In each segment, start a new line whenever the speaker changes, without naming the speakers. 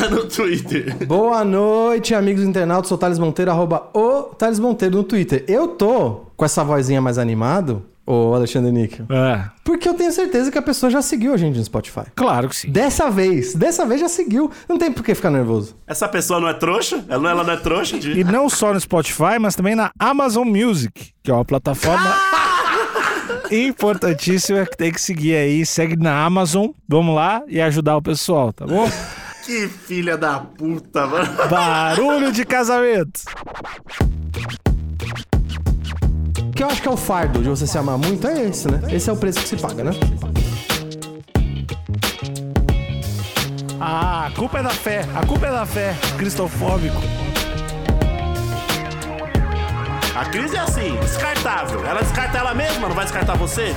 no Twitter.
Boa noite, amigos internautas. Sou o Thales Monteiro, arroba o Thales Monteiro no Twitter. Eu tô com essa vozinha mais animado, ô Alexandre Níquel,
É,
porque eu tenho certeza que a pessoa já seguiu a gente no Spotify.
claro que sim.
Dessa vez, dessa vez já seguiu. Não tem por que ficar nervoso.
Essa pessoa não é trouxa? Ela não, ela não é trouxa?
E
De...
não só no Spotify, mas também na Amazon Music, que é uma plataforma importantíssima que tem que seguir aí. Segue na Amazon, vamos lá e ajudar o pessoal, tá bom?
Que filha da puta, mano.
Barulho de casamento!
Que eu acho que é o fardo de você se amar muito é esse, né? Esse é o preço que se paga, né?
Ah, a culpa é da fé, a culpa é da fé, cristofóbico.
A crise é assim, descartável. Ela descarta ela mesma, não vai descartar você?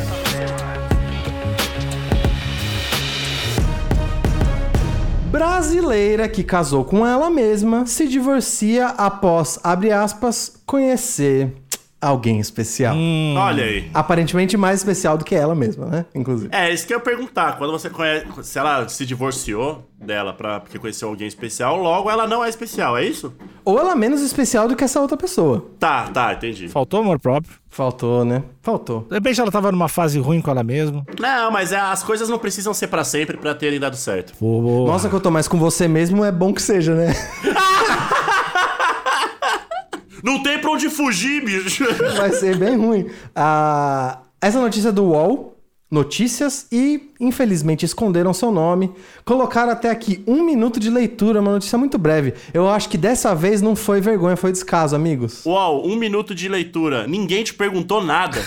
Brasileira que casou com ela mesma se divorcia após, abre aspas, conhecer alguém especial.
Olha aí.
Aparentemente mais especial do que ela mesma, né? Inclusive.
É, isso que eu ia perguntar. Quando você conhece. Se ela se divorciou dela pra, porque conheceu alguém especial, logo ela não é especial, é isso?
Ou ela é menos especial do que essa outra pessoa.
Tá, tá, entendi.
Faltou amor próprio.
Faltou, né? Faltou.
De repente ela tava numa fase ruim com ela mesma.
Não, mas é- as coisas não precisam ser pra sempre pra terem dado certo.
Nossa, que eu tô mais com você mesmo, é bom que seja, né?
Não tem pra onde fugir, bicho.
Vai ser bem ruim. Ah, essa notícia é do UOL, notícias, e infelizmente esconderam seu nome. Colocaram até aqui um minuto de leitura, uma notícia muito breve. Eu acho que dessa vez não foi vergonha, foi descaso, amigos.
Uau, um minuto de leitura. Ninguém te perguntou nada.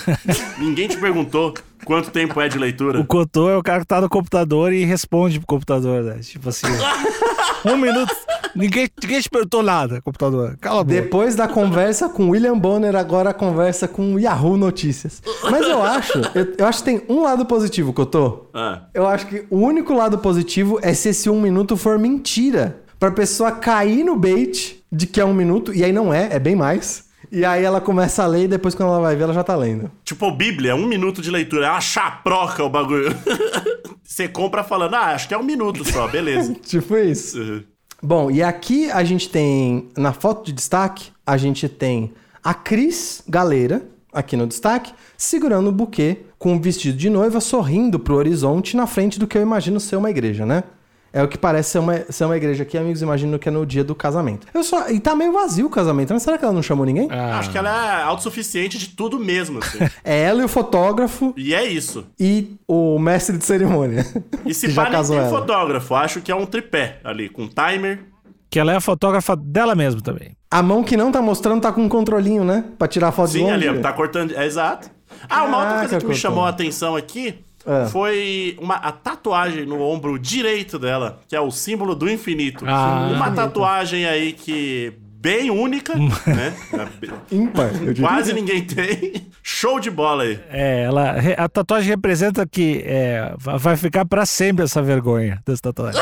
Ninguém te perguntou quanto tempo é de
O
leitura.
Cotô é o cara que tá no computador e responde pro computador, né? Tipo assim. um minuto. Ninguém, ninguém te perguntou nada, computador. Cala a boca.
Depois da conversa com William Bonner, agora a conversa com o Yahoo Notícias. Mas eu acho, eu, eu acho que tem um lado positivo, Cotô.
Ah,
Eu acho que o único lado positivo é se esse um minuto for mentira. Pra pessoa cair no bait de que é um minuto, e aí não é, é bem mais. E aí ela começa a ler e depois quando ela vai ver, ela já tá lendo.
tipo, Bíblia, um minuto de leitura. É uma chaproca o bagulho. Você compra falando, ah, acho que é um minuto só, beleza.
Tipo isso.
Uhum.
Bom, e aqui a gente tem, na foto de destaque, a gente tem a Cris Galera, aqui no destaque, segurando o buquê com um vestido de noiva, sorrindo pro horizonte na frente do que eu imagino ser uma igreja, né? É o que parece ser uma, ser uma igreja aqui, amigos, imagino que é no dia do casamento. Eu só, e tá meio vazio o casamento, mas será que ela não chamou ninguém?
Acho que ela é autossuficiente de tudo mesmo, assim.
É ela e o fotógrafo
E é isso.
e o mestre de cerimônia.
E se
que
pá, nem tem fotógrafo. Acho que é um tripé ali, com timer.
Que ela é a fotógrafa dela mesma também.
A mão que não tá mostrando tá com um controlinho, né? Pra tirar a foto de
Sim,
longe.
ali, ó, tá cortando. É exato. Ah, uma outra coisa
Caraca,
que me
Cotô.
chamou a atenção aqui
É.
foi uma, a tatuagem no ombro direito dela, que é o símbolo do infinito.
Ah.
uma tatuagem aí que bem única, né?
Ímpar, eu diria.
Quase ninguém tem. Show de bola aí.
É, ela. re- A tatuagem representa que é, va- vai ficar pra sempre essa vergonha dessa tatuagem.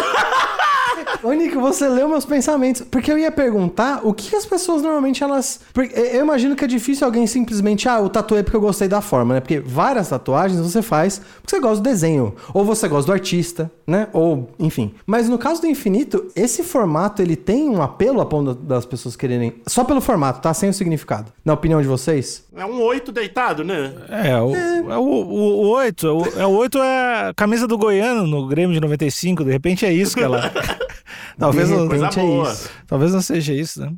Ô, Nico, você leu meus pensamentos. Porque eu ia perguntar o que que as pessoas normalmente elas. Porque eu imagino que é difícil alguém simplesmente. Ah, eu tatuei porque eu gostei da forma, né? Porque várias tatuagens você faz porque você gosta do desenho. Ou você gosta do artista, né? Ou, enfim. Mas no caso do infinito, esse formato ele tem um apelo a ponto das pessoas quererem. Só pelo formato, tá? Sem o significado. Na opinião de vocês?
É um oito deitado, né?
É, o, é o, o, o 8. O, é, o 8 é a camisa do Goiano no Grêmio de 95. De repente é isso que ela. talvez,
De
não,
repente, é
Coisa boa.
talez não seja isso, né?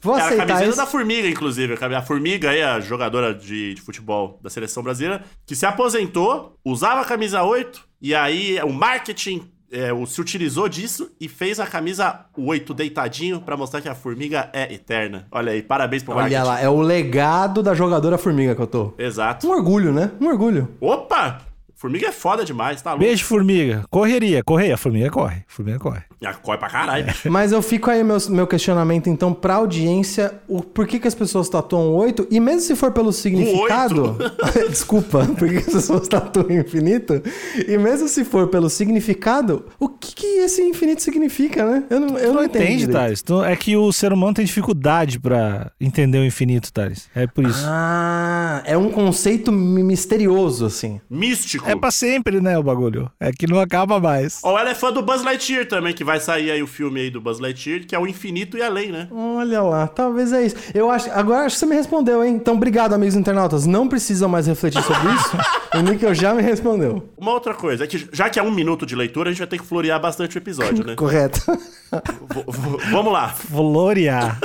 Vou
Era a
aceitar
camiseta
isso.
da Formiga, inclusive. A Formiga aí, a jogadora de, de futebol da seleção brasileira, que se aposentou, usava a camisa 8, e aí o marketing é, o- se utilizou disso e fez a camisa 8 deitadinho pra mostrar que a Formiga é eterna. Olha aí, parabéns pro
Olha
marketing.
lá, é o legado da jogadora formiga que eu tô.
Exato.
Um orgulho, né? Um orgulho.
Opa! Formiga é foda demais, tá louco?
Beijo, formiga. Correria, correia. Formiga corre. Formiga corre.
Já Ah, corre pra caralho, bicho.
Mas eu fico aí meu, meu questionamento, então, pra audiência, o por que, que as pessoas tatuam oito? E mesmo se for pelo significado. Desculpa, por que que as pessoas tatuam infinito? E mesmo se for pelo significado, o que, que esse infinito significa, né? Eu não, eu não entendo.
Entende,
direito.
Thales? Tu- É que o ser humano tem dificuldade pra entender o infinito, Thales. É por isso.
Ah, é um conceito mi- misterioso, assim.
Místico.
É pra sempre, né, o bagulho. É que não acaba mais.
Ou ela é fã do Buzz Lightyear também, que vai sair aí o filme aí do Buzz Lightyear, que é o infinito e além, né?
Olha lá, talvez é isso. Eu acho, agora acho que você me respondeu, hein? Então, obrigado, amigos internautas. Não precisam mais refletir sobre isso. o Nickel já me respondeu.
Uma outra coisa, é que já que é um minuto de leitura, a gente vai ter que florear bastante o episódio, né?
Correto.
V- v- vamos lá.
Florear.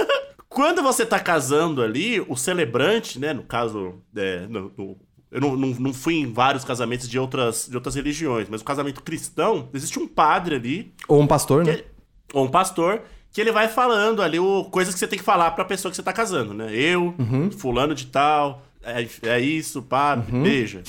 Quando você tá casando ali, o celebrante, né? No caso, é, no- no- eu não, não, não fui em vários casamentos de outras, de outras religiões, mas o casamento cristão, existe um padre ali,
Ou um pastor, né?
que- ou um pastor, que ele vai falando ali o, coisas que você tem que falar pra pessoa que você tá casando, né? Eu, fulano de tal, é, é isso, pá, beija.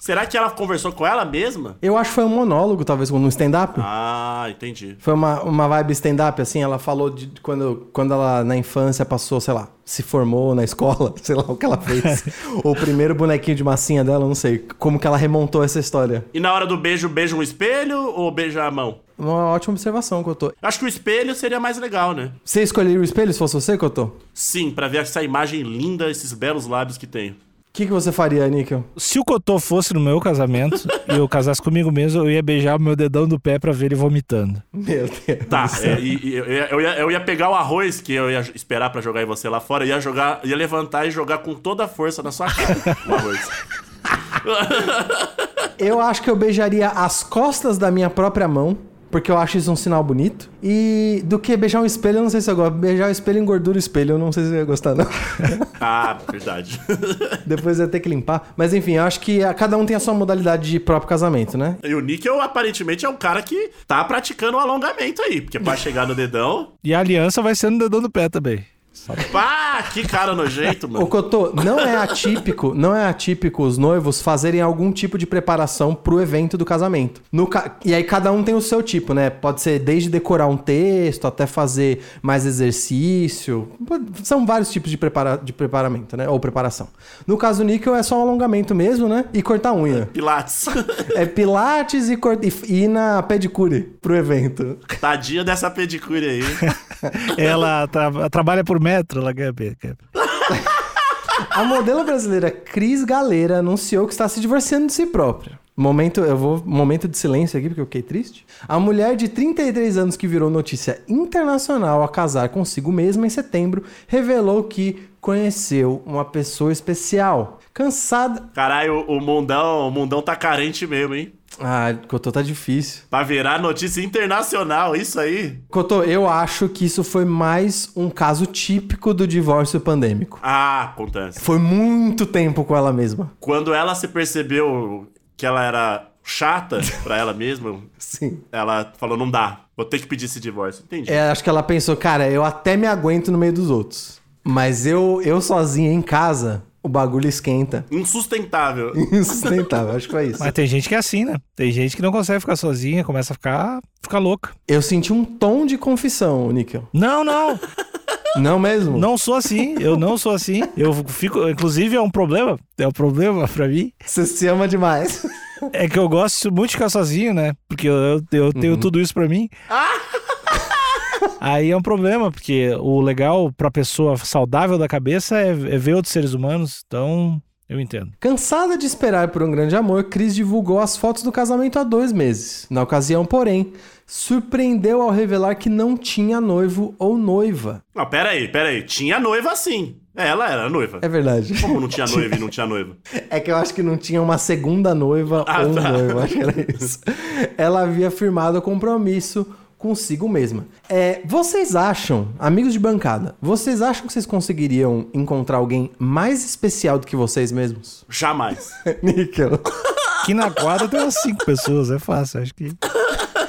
Será que ela conversou com ela mesma?
Eu acho que foi um monólogo, talvez, um stand-up.
Ah, entendi.
Foi uma, uma vibe stand-up, assim. Ela falou de de quando, quando ela, na infância, passou, sei lá, se formou na escola, sei lá o que ela fez. o primeiro bonequinho de massinha dela, não sei. Como que ela remontou essa história.
E na hora do beijo, beija um espelho ou beija a mão?
Uma ótima observação, Cotô.
Eu Acho que o espelho seria mais legal, né?
Você escolheria o espelho se fosse você, Cotô? O
Sim, pra ver essa imagem linda, esses belos lábios que tem.
que, que você faria, Níquel?
Se o Cotô fosse no meu casamento e eu casasse comigo mesmo, eu ia beijar o meu dedão do pé pra ver ele vomitando.
Meu Deus.
Tá, é, e- e eu, ia- eu ia, eu ia pegar o arroz que eu ia esperar pra jogar em você lá fora, ia jogar, ia levantar e jogar com toda a força na sua cara o arroz.
Eu acho que eu beijaria as costas da minha própria mão, porque eu acho isso um sinal bonito. E do que beijar um espelho, eu não sei se eu gosto. Beijar o espelho engordura o espelho, eu não sei se eu ia gostar, não.
Ah, verdade.
Depois eu ia ter que limpar. Mas enfim, eu acho que a- cada um tem a sua modalidade de próprio casamento, né?
E o Níquel aparentemente é um cara que tá praticando o alongamento aí, porque pra chegar no dedão.
E a aliança vai ser no dedão do pé também.
Pá, que cara nojento,
Ô,
mano.
Cotô, não é atípico, não é atípico os noivos fazerem algum tipo de preparação pro evento do casamento. No ca- E aí cada um tem o seu tipo, né? Pode ser desde decorar um texto até fazer mais exercício. Pode- São vários tipos de, prepara... de preparamento, né? Ou preparação. No caso do níquel é só um alongamento mesmo, né? E cortar unha.
Pilates.
É pilates e, cort... e f- e ir na pedicure pro evento.
Tadinha dessa pedicure aí.
Ela tra- trabalha por metro, ela ganha bem. ganha bem.
A modelo brasileira Cris Galera anunciou que está se divorciando de si própria. Momento, eu vou, momento de silêncio aqui porque eu fiquei triste. A mulher de 33 anos que virou notícia internacional a casar consigo mesma em setembro revelou que conheceu uma pessoa especial. Cansada.
Caralho, o mundão, o mundão tá carente mesmo, hein?
Ah, Cotô, tá difícil.
Pra virar notícia internacional, isso aí.
Cotô, eu acho que isso foi mais um caso típico do divórcio pandêmico.
Ah, acontece.
Foi muito tempo com ela mesma.
Quando ela se percebeu que ela era chata pra ela mesma,
Sim.
ela falou: não dá, vou ter que pedir esse divórcio. Entendi.
É, acho que ela pensou, cara, eu até me aguento no meio dos outros. Mas eu, eu sozinha em casa, o bagulho esquenta.
Insustentável.
Insustentável, acho que foi isso.
Mas tem gente que é assim, né? Tem gente que não consegue ficar sozinha, começa a ficar, ficar louca.
Eu senti um tom de confissão, Níquel.
Não, não,
Não mesmo?
não sou assim. Eu não sou assim. Eu fico, inclusive é um problema, é um problema pra mim.
Você se ama demais.
É que eu gosto muito de ficar sozinho, né? Porque eu, eu- eu tenho tudo isso pra mim. Aí é um problema, porque o legal pra pessoa saudável da cabeça é, é ver outros seres humanos. Então, eu entendo.
Cansada de esperar por um grande amor, Cris divulgou as fotos do casamento há dois meses. Na ocasião, porém, surpreendeu ao revelar que não tinha noivo ou noiva.
Não, peraí, peraí. Tinha noiva sim. É, Ela era noiva.
É verdade.
Como não tinha noiva e não tinha noiva?
É que eu acho que não tinha uma segunda noiva
Ah,
ou um
tá.
noivo, acho que era isso. Ela havia firmado o compromisso consigo mesma. É, vocês acham, amigos de bancada, vocês acham que vocês conseguiriam encontrar alguém mais especial do que vocês mesmos?
Jamais.
Níquel.
Aqui na quadra tem umas cinco pessoas, é fácil, acho que.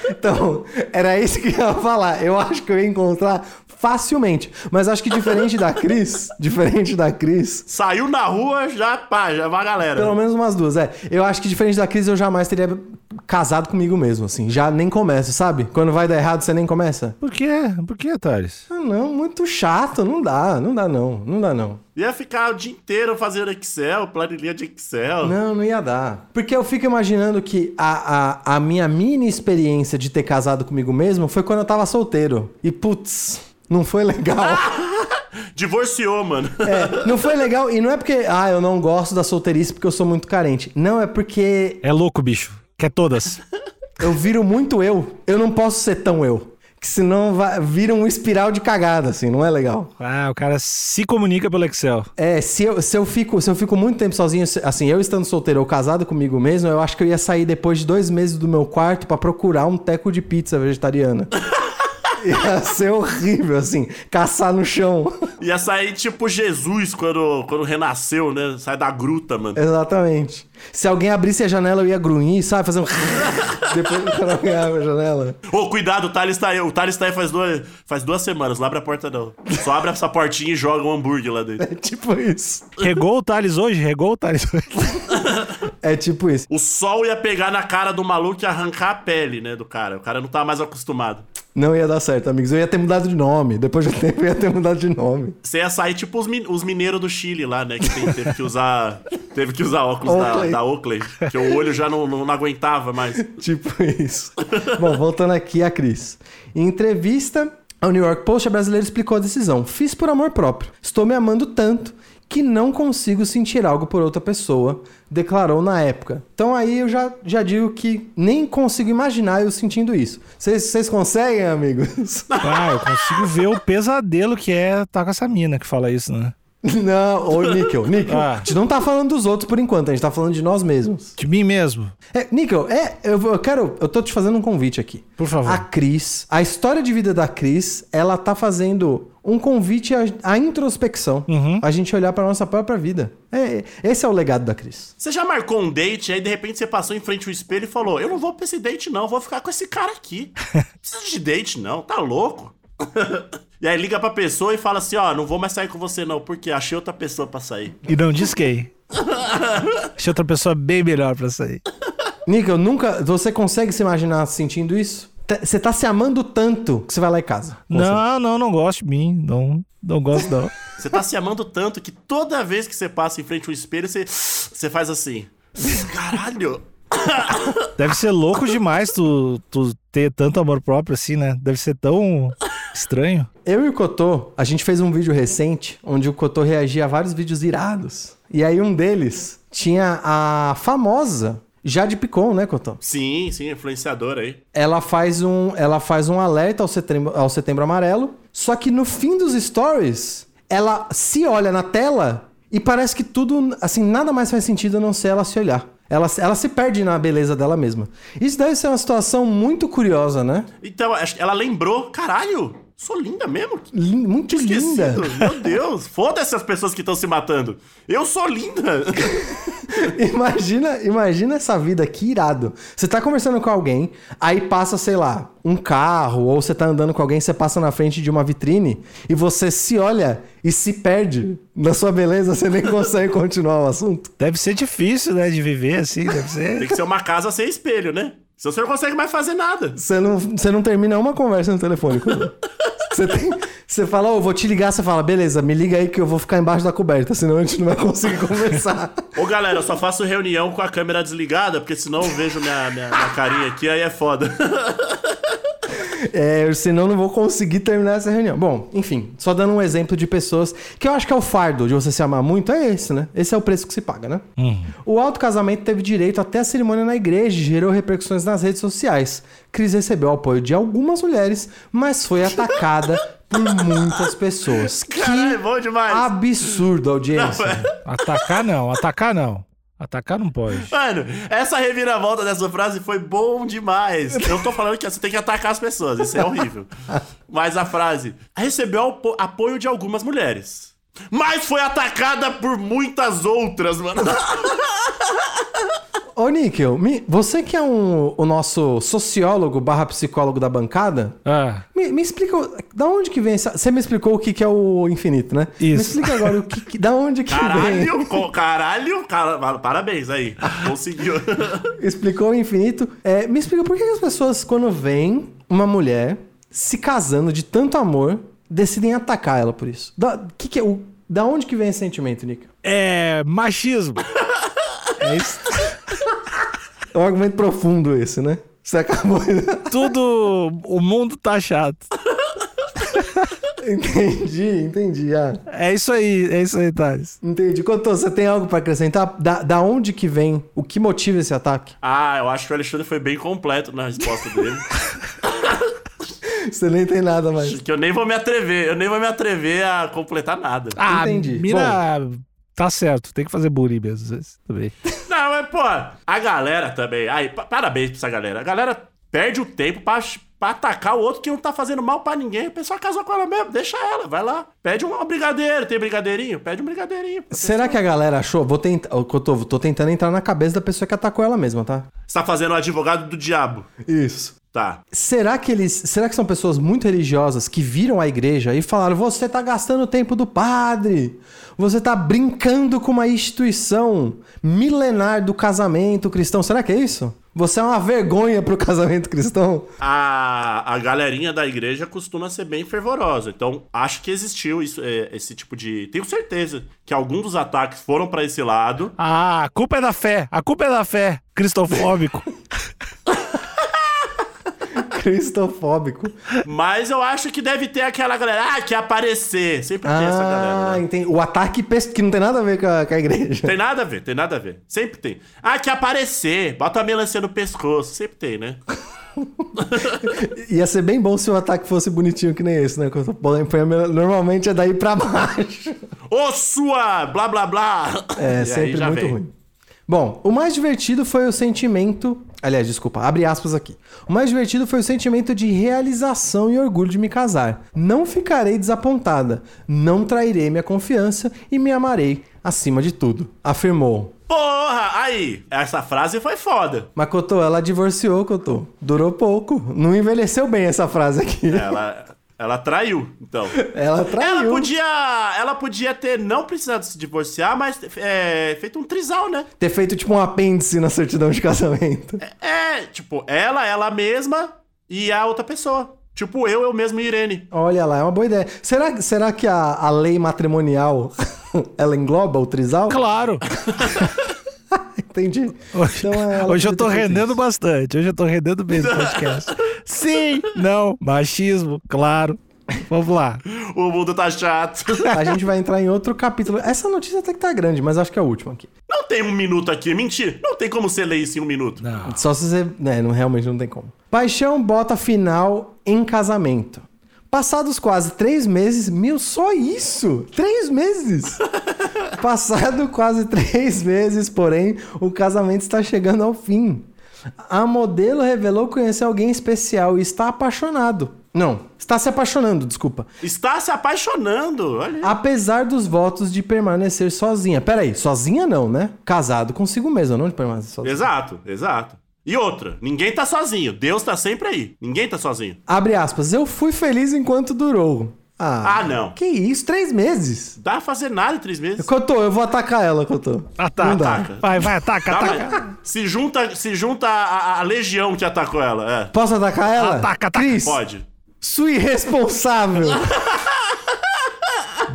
Então, era isso que eu ia falar. Eu acho que eu ia encontrar facilmente. Mas acho que diferente da Cris, diferente da Cris,
Saiu na rua, já, pá, já vai a galera.
pelo menos umas duas, é. Eu acho que diferente da Cris, eu jamais teria casado comigo mesmo, assim. Já nem começo, sabe? Quando vai dar errado, você nem começa.
Por quê? Por quê, Thales?
Ah, não, muito chato, não dá, não dá não, não dá não.
Ia ficar o dia inteiro fazendo Excel, planilha de Excel.
Não, não ia dar. Porque eu fico imaginando que a, a, a minha mini experiência de ter casado comigo mesmo foi quando eu tava solteiro. E putz, não foi legal.
Divorciou, mano.
É, não foi legal. E não é porque, ah, eu não gosto da solteirice porque eu sou muito carente. Não, é porque
É louco, bicho. Quer todas.
eu viro muito eu. Eu não posso ser tão eu. Que senão vai, vira um espiral de cagada, assim, não é legal.
Ah, o cara se comunica pelo Excel.
É, se eu, se eu fico se eu fico muito tempo sozinho, se- assim, eu estando solteiro ou casado comigo mesmo, eu acho que eu ia sair depois de dois meses do meu quarto pra procurar um teco de pizza vegetariana. ia ser horrível, assim, caçar no chão.
Ia sair tipo Jesus quando, quando renasceu, né? Sai da gruta, mano.
Exatamente. Se alguém abrisse a janela, eu ia grunhir, sabe? Fazer um. Depois que eu alguém abre a janela.
Ô, cuidado, o Thales tá aí. O Thales tá aí faz duas, faz duas semanas. Não abre a porta, não. Só abre essa portinha e joga um hambúrguer lá dentro.
É tipo isso.
Regou o Thales hoje? Regou o Thales hoje?
É tipo isso.
O sol ia pegar na cara do maluco e arrancar a pele, né, do cara. O cara não tá mais acostumado.
Não ia dar certo, amigos. Eu ia ter mudado de nome. Depois de um tempo, eu ia ter mudado de nome.
Você ia sair tipo os, min- os mineiros do Chile lá, né? Que tem- teve que usar. Teve que usar óculos da,
Oakley.
da Oakley. Que o olho já não, não, não aguentava mais.
Tipo isso. Bom, voltando aqui a Cris. Em entrevista ao New York Post, a brasileira explicou a decisão. Fiz por amor próprio. Estou me amando tanto que não consigo sentir algo por outra pessoa, declarou na época. Então aí eu já, já digo que nem consigo imaginar eu sentindo isso. Vocês vocês conseguem, amigos?
Ah, eu consigo ver o pesadelo que é estar com essa mina que fala isso, né?
Não, ô Níquel, Níquel.
Ah.
A gente não tá falando dos outros por enquanto, a gente tá falando de nós mesmos.
De mim mesmo.
É, Níquel, é, eu, vou- eu quero. Eu tô te fazendo um convite aqui.
Por favor.
A Cris, a história de vida da Cris, ela tá fazendo um convite à, à introspecção.
Uhum.
A gente olhar pra nossa própria vida. É, esse é o legado da Cris.
Você já marcou um date, aí de repente você passou em frente ao espelho e falou: Eu não vou pra esse date, não, vou ficar com esse cara aqui. Não precisa de date, não, tá louco? e aí liga pra pessoa e fala assim: Ó, não vou mais sair com você, não, porque achei outra pessoa pra sair.
E não diz quem. Achei outra pessoa bem melhor pra sair.
Níquel, nunca. Você consegue se imaginar sentindo isso? T- Você tá se amando tanto que você vai lá em casa.
Não, não, não gosto de mim. Não, não gosto, não.
Você tá se amando tanto que toda vez que você passa em frente ao espelho, você, você faz assim: Caralho!
Deve ser louco demais tu, tu ter tanto amor próprio assim, né? Deve ser tão estranho.
Eu e o Cotô, a gente fez um vídeo recente onde o Cotô reagia a vários vídeos irados. E aí um deles tinha a famosa Jade Picon, né, Cotô?
Sim, sim, influenciador aí.
Ela faz um, ela faz um alerta ao setembro, ao setembro amarelo, só que no fim dos stories, ela se olha na tela e parece que tudo, assim, nada mais faz sentido a não ser ela se olhar. Ela, se- ela se perde na beleza dela mesma. Isso deve ser uma situação muito curiosa, né?
Então, acho que ela lembrou: Caralho, sou linda mesmo?
Lin- muito
é
linda.
Esquecido, meu Deus, foda essas pessoas que estão se matando. Eu sou linda.
Imagina, imagina essa vida que irado. Você tá conversando com alguém, aí passa, sei lá, um carro, ou você tá andando com alguém, você passa na frente de uma vitrine e você se olha e se perde na sua beleza, você nem consegue continuar o assunto.
Deve ser difícil, né? De viver assim, deve
Tem
ser.
que ser uma casa sem espelho, né? Senão você não consegue mais fazer nada.
Você não, você não termina uma conversa no telefone. com ele. Você, tem, você fala, ô, vou te ligar, você fala, beleza, me liga aí que eu vou ficar embaixo da coberta, senão a gente não vai conseguir conversar.
Ô galera, eu só faço reunião com a câmera desligada, porque senão eu vejo minha, minha, minha carinha aqui, aí é foda.
É, senão não vou conseguir terminar essa reunião. Bom, enfim, só dando um exemplo de pessoas que eu acho que é o fardo de você se amar muito, é esse, né? Esse é o preço que se paga, né? O alto casamento teve direito até a cerimônia na igreja e gerou repercussões nas redes sociais. Cris recebeu o apoio de algumas mulheres, mas foi atacada por muitas pessoas. Que
Caralho, bom demais.
absurdo, audiência.
Atacar não, atacar não. Atacar não pode.
Mano, essa reviravolta dessa frase foi bom demais. Eu tô falando que você tem que atacar as pessoas, isso é horrível. Mas a frase recebeu apo- apoio de algumas mulheres, mas foi atacada por muitas outras, mano.
Ô, Níquel, me- você que é um, o nosso sociólogo barra psicólogo da bancada,
Ah,
me, me explica o- da onde que vem essa... Você me explicou o que, que é o infinito, né? Me
Isso.
explica agora o que, que- da onde que vem...
Caralho, co- caralho, cara- parabéns aí. Conseguiu.
Explicou o infinito. É, me explica por que que as pessoas, quando veem uma mulher se casando de tanto amor, decidem atacar ela por isso? Da, que que é o, da onde que vem esse sentimento, Nico?
é machismo. é isso.
É um argumento profundo esse, né? Você acabou.
Tudo, o mundo tá chato.
entendi, entendi. Ah,
É isso aí, é isso aí, Thales.
entendi. Cotô, você tem algo pra acrescentar? Da, da onde que vem? O que motiva esse ataque?
Ah, eu acho que o Alexandre foi bem completo na resposta dele.
Você nem tem nada mais.
que eu nem vou me atrever, eu nem vou me atrever a completar nada.
Ah,
Entendi.
mira, tá certo, tem que fazer bullying mesmo, às vezes. Tudo bem.
Não, mas, pô, a galera também. Aí, pa- parabéns pra essa galera. A galera perde o tempo pra, ch- pra atacar o outro que não tá fazendo mal pra ninguém. A pessoa casou com ela mesmo, deixa ela, vai lá. Pede um brigadeiro, tem brigadeirinho? Pede um brigadeirinho.
Será que a galera achou? Vou tentar. Ô, Cotovo, tô tentando entrar na cabeça da pessoa que atacou ela mesma, tá?
Você tá fazendo o advogado do diabo.
Isso.
Tá.
Será que eles. Será que são pessoas muito religiosas que viram a igreja e falaram: você tá gastando o tempo do padre? Você tá brincando com uma instituição milenar do casamento cristão? Será que é isso? Você é uma vergonha pro casamento cristão?
A, a galerinha da igreja costuma ser bem fervorosa. Então, acho que existiu isso, é, esse tipo de. Tenho certeza que alguns dos ataques foram pra esse lado.
Ah, a culpa é da fé, a culpa é da fé, cristofóbico.
Cristofóbico.
Mas eu acho que deve ter aquela galera. Ah, que aparecer. Sempre tem essa galera. né?
ah, entendi. O ataque pes- que não tem nada a ver com a, com a igreja.
Tem nada a ver, tem nada a ver. Sempre tem. Ah, que aparecer. Bota a melancia no pescoço. Sempre tem, né?
Ia ser bem bom se o ataque fosse bonitinho que nem esse, né? Quando põe a mel- Normalmente é daí pra baixo.
Ô, sua! Blá, blá, blá.
É,
E aí
sempre
já
muito
vem.
ruim. Bom, o mais divertido foi o sentimento. Aliás, desculpa, abre aspas aqui. O mais divertido foi o sentimento de realização e orgulho de me casar. Não ficarei desapontada, não trairei minha confiança e me amarei acima de tudo, afirmou.
Porra, aí. Essa frase foi foda.
Makoto, ela divorciou, Cotô. Durou pouco. Não envelheceu bem essa frase aqui.
Ela, ela traiu, então.
Ela traiu.
É. Ela podia, ela podia ter não precisado se divorciar, mas é, feito um trisal, né?
Ter feito tipo um apêndice na certidão de casamento.
É, tipo, ela, ela mesma e a outra pessoa. Tipo, eu, eu mesmo e Irene.
Olha lá, é uma boa ideia. Será, será que a, a lei matrimonial ela engloba o trisal?
claro.
Entendi.
Hoje,
Então, é, ela
hoje eu
podia
tô
ter feito
rendendo
isso.
bastante, hoje eu tô rendendo bem no podcast. Sim, não, machismo, claro. Vamos lá.
O mundo tá chato.
A gente vai entrar em outro capítulo. Essa notícia até que tá grande, mas acho que é a última aqui.
Não tem um minuto aqui, mentira. Não tem como você ler isso em um minuto.
Só se você. né, não, realmente não tem como. Paixão bota final em casamento. Passados quase três meses, meu, só isso? Três meses? Passado quase três meses, porém, o casamento está chegando ao fim. A modelo revelou conhecer alguém especial e está apaixonado. Não, está se apaixonando, desculpa.
Está se apaixonando. Olha.
Apesar dos votos de permanecer sozinha. Peraí, sozinha não, né? Casado consigo mesmo, não de permanecer sozinha.
Exato, exato. E outra, ninguém tá sozinho. Deus tá sempre aí. Ninguém tá sozinho.
Abre aspas, eu fui feliz enquanto durou. Ah,
Ah, não.
que isso? Três meses?
Dá pra fazer nada em três meses.
Cotô, eu vou atacar ela, Cotô.
Ataca,
Não dá.
ataca. Vai, vai, ataca,
Calma
ataca.
aí. Se junta, se junta a, a- a legião que atacou ela. É.
Posso atacar ela?
Ataca, ataca.
Cris,
Pode.
sua irresponsável.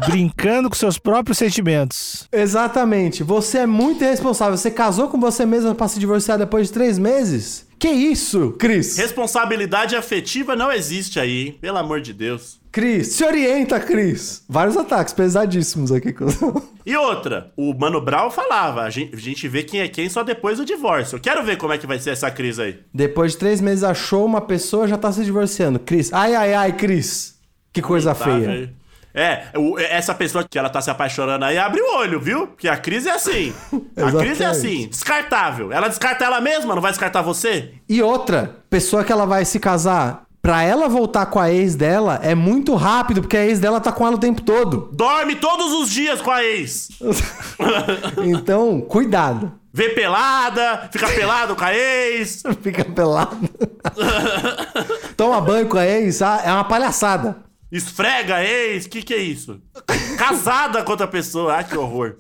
Brincando com seus próprios sentimentos.
Exatamente. Você é muito irresponsável. Você casou com você mesma pra se divorciar depois de três meses? Que isso, Cris?
Responsabilidade afetiva não existe aí, hein? Pelo amor de Deus.
Cris, se orienta, Cris. Vários ataques pesadíssimos aqui, Cotô.
E outra, o Mano Brown falava, a gente, a gente vê quem é quem só depois do divórcio. Eu quero ver como é que vai ser essa crise aí.
Depois de três meses achou uma pessoa já tá se divorciando. Cris. Ai, ai, ai, Cris. Que coisa
Tá,
feia.
velho? É, o- essa pessoa que ela tá se apaixonando aí abre o olho, viu? Porque a crise é assim. a crise é
Exatamente.
assim, descartável. Ela descarta ela mesma, não vai descartar você?
E outra, pessoa que ela vai se casar Pra ela voltar com a ex dela, é muito rápido, porque a ex dela tá com ela o tempo todo.
Dorme todos os dias com a ex.
Então, cuidado.
Vê pelada, fica pelado com a ex.
Fica pelado. Toma banho com a ex, ah, é uma palhaçada.
Esfrega a ex. Que que é isso? Casada com outra pessoa. Ai, que horror.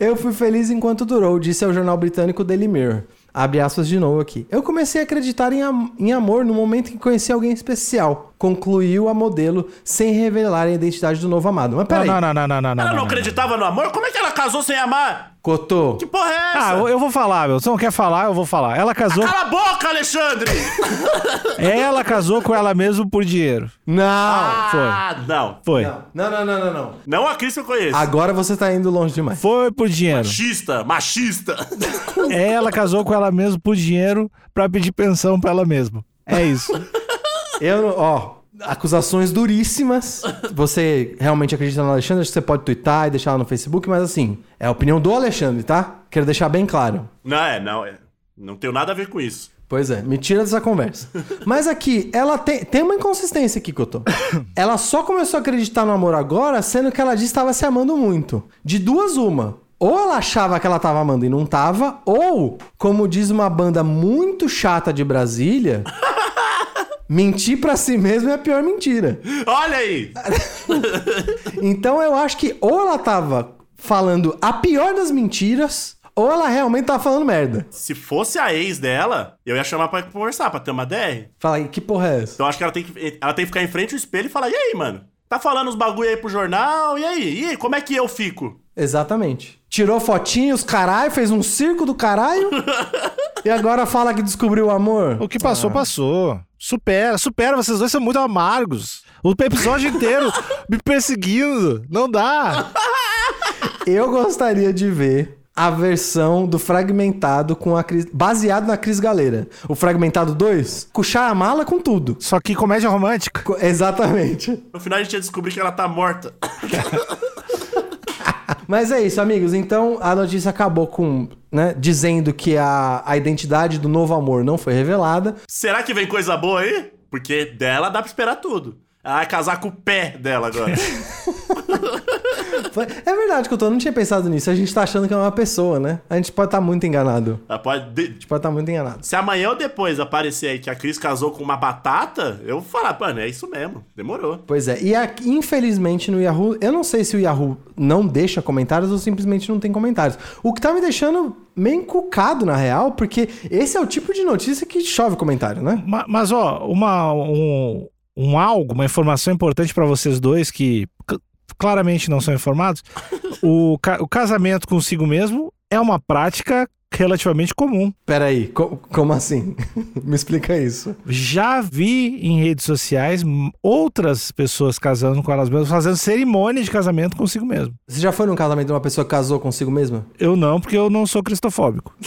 Eu fui feliz enquanto durou, disse ao jornal britânico Daily Mirror. Abre aspas de novo aqui. Eu comecei a acreditar em, am- em amor no momento que conheci alguém especial. Concluiu a modelo sem revelar a identidade do novo amado. Mas
Não,
peraí,
não, não, não, não, não.
Ela
não,
não
não.
acreditava no amor? Como é que ela casou sem amar?
Cotô.
Que porra é essa?
Ah, eu- eu vou falar, meu. Você não quer falar, eu vou falar. Ela casou,
Cala a boca, Alexandre!
ela casou com ela mesma por dinheiro.
Não.
ah, não.
Foi.
não! Não, não, não, não.
Não a Cris que eu conheço.
Agora você tá indo longe demais.
Foi por dinheiro.
Machista, machista.
Ela casou com ela mesma por dinheiro pra pedir pensão pra ela mesma. É isso.
Eu, não- ó, acusações duríssimas. Você realmente acredita no Alexandre? Acho que você pode twittar e deixar lá no Facebook, mas assim, é a opinião do Alexandre, tá? Quero deixar bem claro.
não, é, não, é. Não tenho nada a ver com isso.
Pois é, me tira dessa conversa. Mas aqui, ela tem, tem uma inconsistência aqui que eu tô. Ela só começou a acreditar no amor agora, sendo que ela disse que estava se amando muito. De duas, uma. Ou ela achava que ela tava amando e não tava, ou, como diz uma banda muito chata de Brasília, mentir pra si mesmo é a pior mentira.
Olha aí!
Então eu acho que ou ela tava falando a pior das mentiras, ou ela realmente tava falando merda.
Se fosse a ex dela, eu ia chamar pra conversar, pra ter uma DR.
Fala aí, que porra é essa?
Então eu acho que ela tem que, ela tem que ficar em frente ao espelho e falar: e aí, mano? Tá falando os bagulho aí pro jornal? E aí? E aí, como é que eu fico?
Exatamente. Tirou fotinhos, caralho, fez um circo do caralho. e agora fala que descobriu o amor.
O que passou, passou. Supera, supera. Vocês dois são muito amargos. O episódio inteiro me perseguindo. Não dá.
Eu gostaria de ver a versão do Fragmentado com a Cris... Baseado na Cris Galera. O Fragmentado 2, com a mala com tudo.
Só que comédia romântica.
Co- Exatamente.
No final a gente ia descobrir que ela tá morta.
Mas é isso, amigos. Então a notícia acabou com, né, dizendo que a, a identidade do novo amor não foi revelada.
Será que vem coisa boa aí? Porque dela dá pra esperar tudo. Ela vai casar com o pé dela agora.
Foi- É verdade que eu tô, não tinha pensado nisso. A gente tá achando que é uma pessoa, né? A gente pode estar muito enganado.
Ela pode. de-
A gente pode estar muito enganado.
Se amanhã ou depois aparecer aí que a Cris casou com uma batata, eu vou falar, mano, é isso mesmo. Demorou.
Pois é, e aqui, infelizmente no Yahoo, eu não sei se o Yahoo não deixa comentários ou simplesmente não tem comentários. O que tá me deixando meio encucado, na real, porque esse é o tipo de notícia que chove comentário, né?
Ma- Mas, ó, uma, um, um algo, uma informação importante pra vocês dois que c- claramente não são informados: o, ca- o casamento consigo mesmo é uma prática relativamente comum.
Peraí, co- como assim? me explica isso.
Já vi em redes sociais m- outras pessoas casando com elas mesmas, fazendo cerimônia de casamento consigo mesmo.
Você já foi num casamento de uma pessoa que casou consigo mesma?
Eu não, porque eu não sou cristofóbico.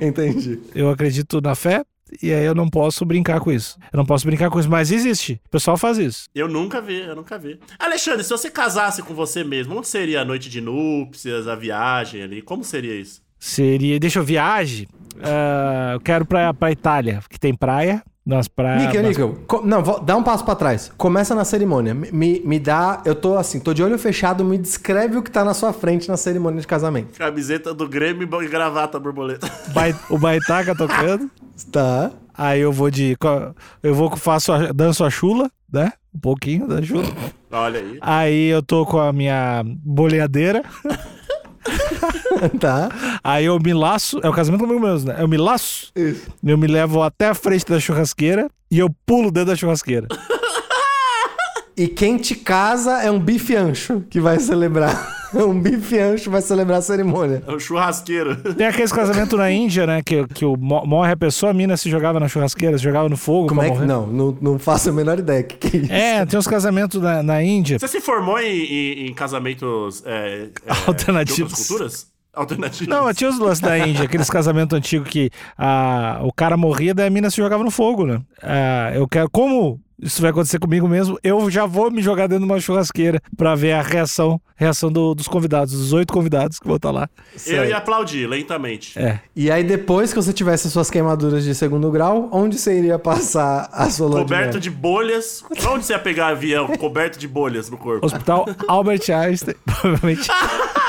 Entendi.
Eu acredito na fé e aí eu não posso brincar com isso. Eu não posso brincar com isso, mas existe. O pessoal faz isso.
Eu nunca vi, eu nunca vi. Alexandre, se você casasse com você mesmo, onde seria a noite de núpcias, a viagem ali? Como seria isso?
Seria. Deixa eu viagem. Ah, eu quero pra, pra Itália, que tem praia. Nas praias.
Níquel,
nas-
Níquel, co- não, vo- dá um passo pra trás. Começa na cerimônia. Me, me- me dá. Eu tô assim, tô de olho fechado, me descreve o que tá na sua frente na cerimônia de casamento.
Camiseta do Grêmio e gravata borboleta.
Bai- o Baitaca tocando.
Tá.
Aí eu vou de. co- Eu vou, faço a, danço a chula, né? Um pouquinho da chula.
Olha aí.
Aí eu tô com a minha boleadeira.
tá.
Aí eu me laço. É o casamento comigo mesmo, né? Eu me laço.
Isso.
Eu me levo até a frente da churrasqueira e eu pulo dentro da churrasqueira.
E quem te casa é um bife ancho que vai celebrar. um bife ancho vai celebrar a cerimônia.
É um churrasqueiro.
Tem aqueles casamentos na Índia, né? Que, que o, mo- morre a pessoa, a mina se jogava na churrasqueira, se jogava no fogo.
Como
pra
é que.
morrer.
Não, não, não faço a menor ideia. Que que é isso?
É, tem uns casamentos na, na Índia.
Você se formou em, em- em casamentos é, é,
Alternativos.
de outras culturas? Alternativos.
Não, é mas tinha os lances da Índia, aqueles casamentos antigos que ah, o cara morria, daí a mina se jogava no fogo, né? Ah, É, eu quero. Como isso vai acontecer comigo mesmo, eu já vou me jogar dentro de uma churrasqueira pra ver a reação, reação do- dos convidados, dos oito convidados que vão estar lá.
Eu ia aplaudir lentamente.
É.
E aí, depois que você tivesse as suas queimaduras de segundo grau, onde você iria passar a sua lua
Coberto
de
de bolhas. Pra Onde você ia pegar avião coberto de bolhas no corpo?
Hospital Albert Einstein, provavelmente.
mel?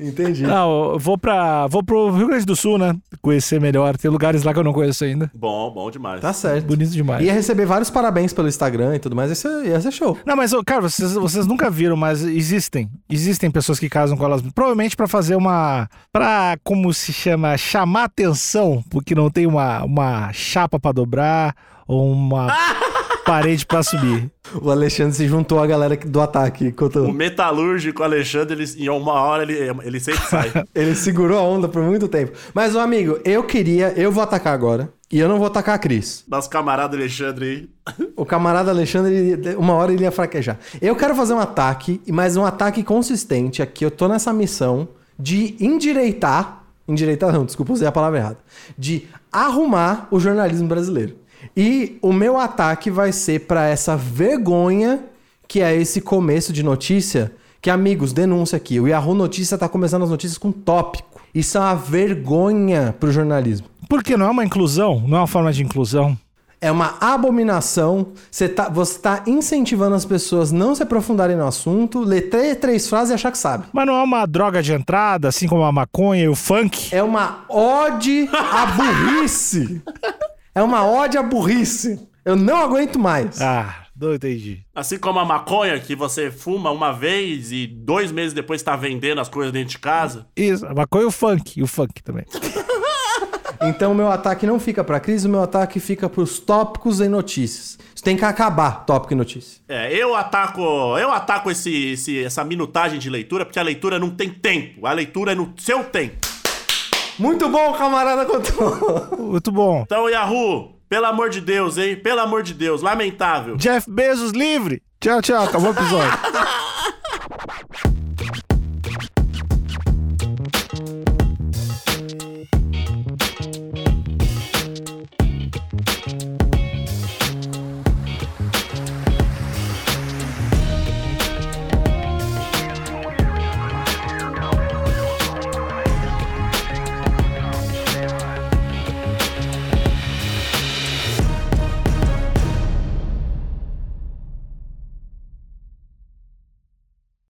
Entendi.
Não, eu vou para vou pro Rio Grande do Sul, né? Conhecer melhor. Tem lugares lá que eu não conheço ainda.
Bom, bom demais.
Tá certo.
Bonito demais.
Ia receber vários parabéns pelo Instagram e tudo mais, isso ia ser show.
Não, mas, ô, cara, vocês, vocês nunca viram, mas existem. Existem pessoas que casam com elas. Provavelmente pra fazer uma. Pra, como se chama? Chamar atenção, porque não tem uma, uma chapa pra dobrar ou uma parede pra subir.
O Alexandre se juntou à galera do ataque.
O
Enquanto
metalúrgico Alexandre, ele, em uma hora ele, ele sempre sai.
ele segurou a onda por muito tempo. Mas, ô amigo, eu queria. Eu vou atacar agora. E eu não vou atacar a Cris.
Nosso camarada Alexandre aí.
O camarada Alexandre, ele- uma hora ele ia fraquejar. Eu quero fazer um ataque, mas um ataque consistente. Aqui eu tô nessa missão de endireitar. Endireitar não, desculpa, usei a palavra errada. De arrumar o jornalismo brasileiro. E o meu ataque vai ser pra essa vergonha que é esse começo de notícia. Que, amigos, denúncia aqui. O Yahoo Notícia tá começando as notícias com tópico. Isso é uma vergonha pro jornalismo.
Porque não é uma inclusão, não é uma forma de inclusão.
É uma abominação. Você tá, você tá incentivando as pessoas não se aprofundarem no assunto, ler três, três frases e achar que sabe.
Mas não é uma droga de entrada, assim como a maconha e o funk.
É uma ode à burrice. É uma ode à burrice. Eu não aguento mais.
Ah, não entendi.
Assim como a maconha que você fuma uma vez e dois meses depois tá vendendo as coisas dentro de casa.
Isso, a maconha e o funk. E o funk também.
Então o meu ataque não fica pra crise, o meu ataque fica pros tópicos em notícias. Isso tem que acabar, tópico e notícia.
É, eu ataco, eu ataco esse, esse- essa minutagem de leitura, porque a leitura não tem tempo. A leitura é no seu tempo.
Muito bom, camarada Cotô.
Muito bom.
Então, Yahoo, pelo amor de Deus, hein? Pelo amor de Deus, lamentável.
Jeff Bezos livre. Tchau, tchau. Acabou o episódio.